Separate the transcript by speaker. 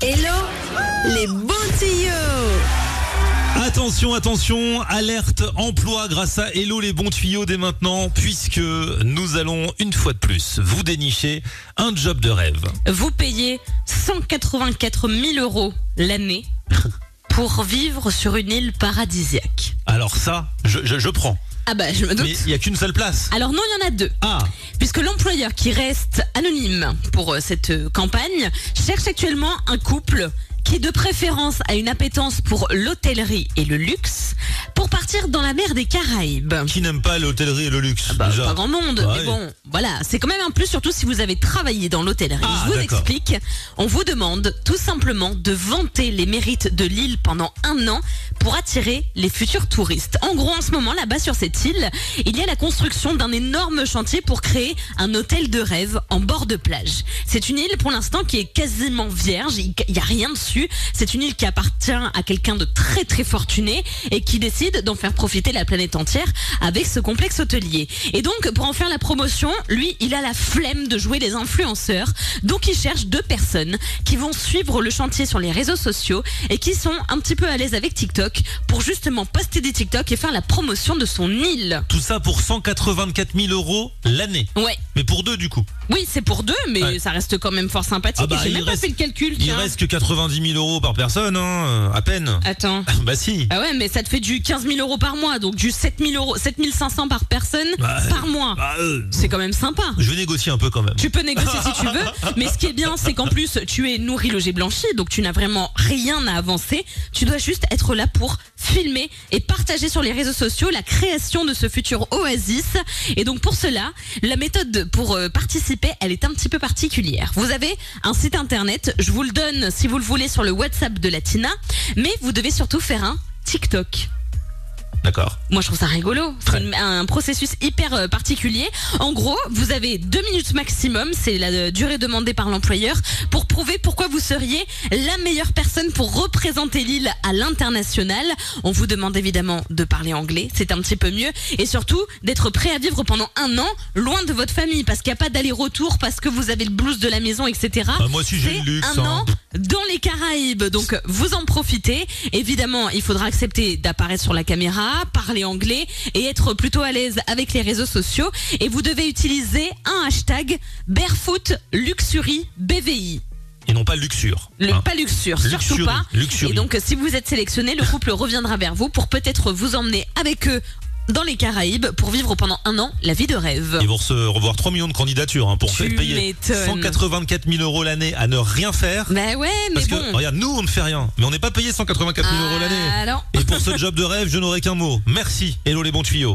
Speaker 1: Hello les bons tuyaux
Speaker 2: Attention, attention, alerte emploi grâce à Hello les bons tuyaux dès maintenant, puisque nous allons une fois de plus vous dénicher un job de rêve.
Speaker 3: Vous payez 184 000 euros l'année pour vivre sur une île paradisiaque.
Speaker 2: Alors ça, je, je- je prends.
Speaker 3: Ah bah je me doute.
Speaker 2: Mais il n'y a qu'une seule place.
Speaker 3: Alors non, il y en a deux.
Speaker 2: Ah,
Speaker 3: Puisque l'employeur qui reste anonyme pour euh, cette euh, campagne cherche actuellement un couple qui de préférence a une appétence pour l'hôtellerie et le luxe pour partir dans la mer des Caraïbes.
Speaker 2: qui n'aime pas l'hôtellerie et le luxe
Speaker 3: Bah,
Speaker 2: déjà
Speaker 3: pas grand monde,
Speaker 2: Bah
Speaker 3: mais
Speaker 2: oui.
Speaker 3: bon, voilà, c'est quand même un plus, surtout si vous avez travaillé dans l'hôtellerie.
Speaker 2: Ah,
Speaker 3: Je vous
Speaker 2: d'accord.
Speaker 3: explique, on vous demande tout simplement de vanter les mérites de l'île pendant un an pour attirer les futurs touristes. En gros, en ce moment, là-bas sur cette île, il y a la construction d'un énorme chantier pour créer un hôtel de rêve en bord de plage. C'est une île pour l'instant qui est quasiment vierge, il n'y a rien dessus. C'est une île qui appartient à quelqu'un de très très fortuné et qui décide d'en faire profiter la planète entière avec ce complexe hôtelier. Et donc, pour en faire la promotion, lui, il a la flemme de jouer les influenceurs. Donc, il cherche deux personnes qui vont suivre le chantier sur les réseaux sociaux et qui sont un petit peu à l'aise avec TikTok pour justement poster des TikTok et faire la promotion de son île.
Speaker 2: Tout ça pour 184 000 euros l'année.
Speaker 3: Ouais.
Speaker 2: Mais pour deux du coup.
Speaker 3: Oui, c'est pour deux, mais
Speaker 2: Ouais.
Speaker 3: ça reste quand même fort sympathique.
Speaker 2: Ah bah,
Speaker 3: Et J'ai
Speaker 2: il
Speaker 3: même pas
Speaker 2: reste-
Speaker 3: fait le calcul.
Speaker 2: Il
Speaker 3: tiens.
Speaker 2: reste que 90 000 euros par personne, hein, euh, à peine.
Speaker 3: Attends.
Speaker 2: Bah si.
Speaker 3: Ah ouais, mais ça te fait du 15 000 euros par mois, donc du 7 000 euros, 7 500 par personne
Speaker 2: Bah,
Speaker 3: par mois.
Speaker 2: Bah, euh,
Speaker 3: C'est quand même sympa.
Speaker 2: je vais négocier un peu quand même.
Speaker 3: Tu peux négocier si tu veux, mais ce qui est bien, c'est qu'en plus, tu es nourri, logé, blanchi, donc tu n'as vraiment rien à avancer. Tu dois juste être là pour filmer et partager sur les réseaux sociaux la création de ce futur oasis. Et donc pour cela, la méthode pour euh, participer, elle est un petit peu particulière. Vous avez un site internet, je vous le donne si vous le voulez sur le WhatsApp de Latina, mais vous devez surtout faire un TikTok.
Speaker 2: D'accord.
Speaker 3: Moi, je trouve ça rigolo. C'est
Speaker 2: Très.
Speaker 3: une- un processus hyper euh, particulier. En gros, vous avez deux minutes maximum, c'est la euh, durée demandée par l'employeur, pour prouver pourquoi vous seriez la meilleure personne pour représenter l'île à l'international. On vous demande évidemment de parler anglais, c'est un petit peu mieux, et surtout d'être prêt à vivre pendant un an loin de votre famille, parce qu'il n'y a pas d'aller-retour, parce que vous avez le blues de la maison, etc.
Speaker 2: Bah, moi aussi j'ai
Speaker 3: C'est
Speaker 2: le luxe.
Speaker 3: un
Speaker 2: hein.
Speaker 3: an dans les Caraïbes. Donc vous en profitez. Évidemment, il faudra accepter d'apparaître sur la caméra, parler anglais et être plutôt à l'aise avec les réseaux sociaux. Et vous devez utiliser un hashtag barefoot luxury BVI.
Speaker 2: Et non pas luxure.
Speaker 3: Le,
Speaker 2: hein.
Speaker 3: Pas luxure,
Speaker 2: Luxury,
Speaker 3: surtout pas.
Speaker 2: luxury.
Speaker 3: Et donc si vous êtes sélectionné, le couple reviendra vers vous pour peut-être vous emmener avec eux dans les Caraïbes pour vivre pendant un an la vie de rêve.
Speaker 2: Ils vont se revoir 3 millions de candidatures hein, pour
Speaker 3: Tu
Speaker 2: faire payer
Speaker 3: m'étonnes.
Speaker 2: 184 000 euros l'année à ne rien faire.
Speaker 3: Bah ouais, mais
Speaker 2: parce
Speaker 3: bon. Ah.
Speaker 2: que, regarde, nous, on ne fait rien. Mais on n'est pas payé 184 000 euros l'année.
Speaker 3: Alors.
Speaker 2: Et pour ce job de rêve, je n'aurai qu'un mot. Merci. Hello les bons tuyaux.